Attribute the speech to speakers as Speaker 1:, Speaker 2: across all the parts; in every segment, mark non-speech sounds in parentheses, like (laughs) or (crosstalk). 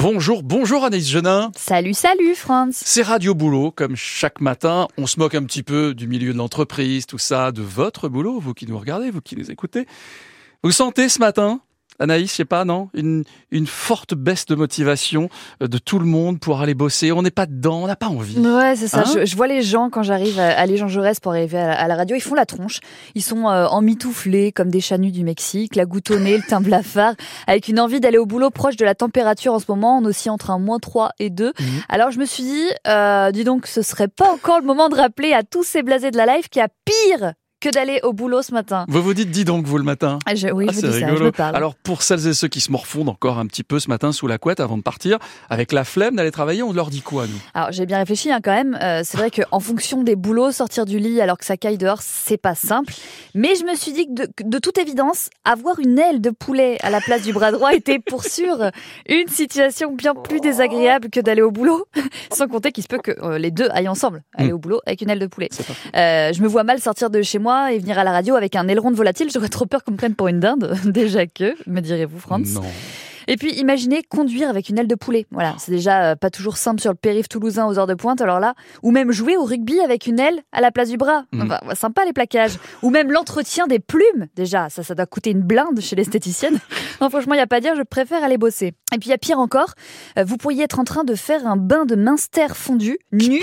Speaker 1: Bonjour, bonjour Anaïs Genin.
Speaker 2: Salut, salut Franz.
Speaker 1: C'est Radio Boulot, comme chaque matin, on se moque un petit peu du milieu de l'entreprise, tout ça, de votre boulot, vous qui nous regardez, vous qui nous écoutez. Vous sentez ce matin, Anaïs, je sais pas, non une, une forte baisse de motivation euh, de tout le monde pour aller bosser. On n'est pas dedans, on n'a pas envie.
Speaker 2: Ouais, c'est ça.
Speaker 1: Hein
Speaker 2: je, je vois les gens quand j'arrive à, à les gens Jaurès pour arriver à la, à la radio, ils font la tronche. Ils sont euh, emmitouflés comme des chanus du Mexique, la goutte au nez, le teint blafard, avec une envie d'aller au boulot proche de la température en ce moment. On oscille entre un moins 3 et 2.
Speaker 1: Mhm.
Speaker 2: Alors je me suis dit, euh, dis donc, ce serait pas encore le moment de rappeler à tous ces blasés de la life qu'il y a pire que d'aller au boulot ce matin.
Speaker 1: Vous vous dites, dis donc, vous le matin.
Speaker 2: Ah, je- oui,
Speaker 1: Ah,
Speaker 2: je me
Speaker 1: c'est
Speaker 2: dis ça, je
Speaker 1: rigolo.
Speaker 2: me parle.
Speaker 1: Alors pour celles et ceux qui se morfondent encore un petit peu ce matin sous la couette avant de partir, avec la flemme d'aller travailler, on leur dit quoi nous
Speaker 2: Alors j'ai bien réfléchi hein, quand même. Euh, c'est vrai qu'en fonction des boulots, sortir du lit alors que ça caille dehors, c'est pas simple. Mais je me suis dit que de, que de toute évidence, avoir une aile de poulet à la place du bras droit était pour sûr une situation bien plus désagréable que d'aller au boulot. (laughs) Sans compter qu'il se peut que euh, les deux aillent ensemble, aller au boulot avec une aile de poulet.
Speaker 1: Mm. C'est pas
Speaker 2: Euh, je me vois mal sortir de chez moi et venir à la radio avec un aileron de volatile. J'aurais trop peur qu'on me prenne pour une dinde. (laughs) Déjà que, me direz-vous, Franz.
Speaker 1: Non.
Speaker 2: Et puis imaginez conduire avec une aile de poulet. Voilà, c'est déjà euh, pas toujours simple sur le périph' toulousain aux heures de pointe, alors là, ou même jouer au rugby avec une aile à la place du bras.
Speaker 1: Mhm.
Speaker 2: Enfin, sympa les plaquages. ou même l'entretien des plumes. Déjà, ça, ça doit coûter une blinde chez l'esthéticienne. Non, franchement, il n'y a pas à dire, je préfère aller bosser. Et puis il y a pire encore, euh, vous pourriez être en train de faire un bain de minster fondu, nu,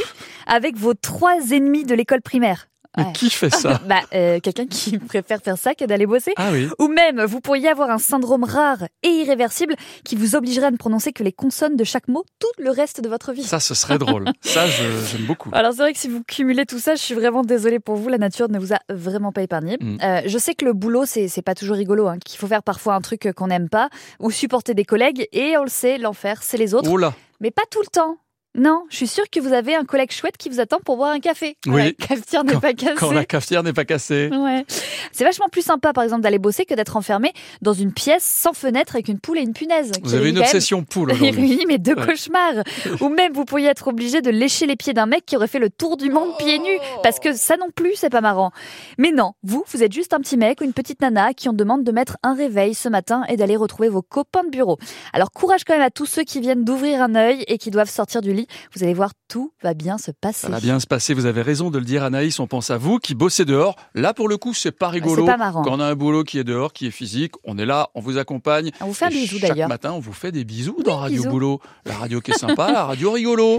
Speaker 2: avec vos trois ennemis de l'école primaire.
Speaker 1: Mais
Speaker 2: Ouais.
Speaker 1: qui fait
Speaker 2: (laughs)
Speaker 1: ça
Speaker 2: Bah, euh, quelqu'un qui (laughs) préfère faire ça que d'aller bosser.
Speaker 1: Ah oui.
Speaker 2: Ou même, vous pourriez avoir un syndrome rare et irréversible qui vous obligerait à ne prononcer que les consonnes de chaque mot tout le reste de votre vie.
Speaker 1: Ça, ce serait
Speaker 2: (laughs)
Speaker 1: drôle. Ça, je- j'aime beaucoup.
Speaker 2: Alors c'est vrai que si vous cumulez tout ça, je suis vraiment désolée pour vous, la nature ne vous a vraiment pas épargné.
Speaker 1: Mm.
Speaker 2: Euh, je sais que le boulot, c'est c'est pas toujours rigolo, hein, qu'il faut faire parfois un truc qu'on n'aime pas, ou supporter des collègues, et on le sait, l'enfer, c'est les autres,
Speaker 1: Oh là,
Speaker 2: mais pas tout le temps. Non, je suis sûre que vous avez un collègue chouette qui vous attend pour boire un café.
Speaker 1: Oui.
Speaker 2: Voilà, La cafetière n'est pas cassée.
Speaker 1: quand la cafetière n'est pas cassée.
Speaker 2: Ouais. C'est vachement plus sympa, par exemple, d'aller bosser que d'être enfermé dans une pièce sans fenêtre avec une poule et une punaise.
Speaker 1: Vous avez une
Speaker 2: (laughs)
Speaker 1: obsession poule aujourd'hui.
Speaker 2: Oui, mais deux
Speaker 1: Ouais. (laughs)
Speaker 2: cauchemars. Ou même, vous pourriez être obligé de lécher les pieds d'un mec qui aurait fait le tour du monde pieds nus. Parce que ça non plus, c'est pas marrant. Mais non, vous, vous êtes juste un petit mec ou une petite nana à qui on demande de mettre un réveil ce matin et d'aller retrouver vos copains de bureau. Alors courage quand même à tous ceux qui viennent d'ouvrir un œil et qui doivent sortir du lit. Vous allez voir, tout va bien se passer.
Speaker 1: Ça va bien se passer, vous avez raison de le dire Anaïs, on pense à vous qui bossez dehors. Là pour le coup, c'est pas rigolo.
Speaker 2: C'est pas marrant.
Speaker 1: Quand on a un boulot qui est dehors, qui est physique, on est là, on vous accompagne.
Speaker 2: On vous fait un
Speaker 1: Et
Speaker 2: bisou
Speaker 1: chaque
Speaker 2: d'ailleurs.
Speaker 1: matin, on vous fait des bisous dans Radio
Speaker 2: bisous.
Speaker 1: Boulot. La radio qui est sympa, la radio rigolo.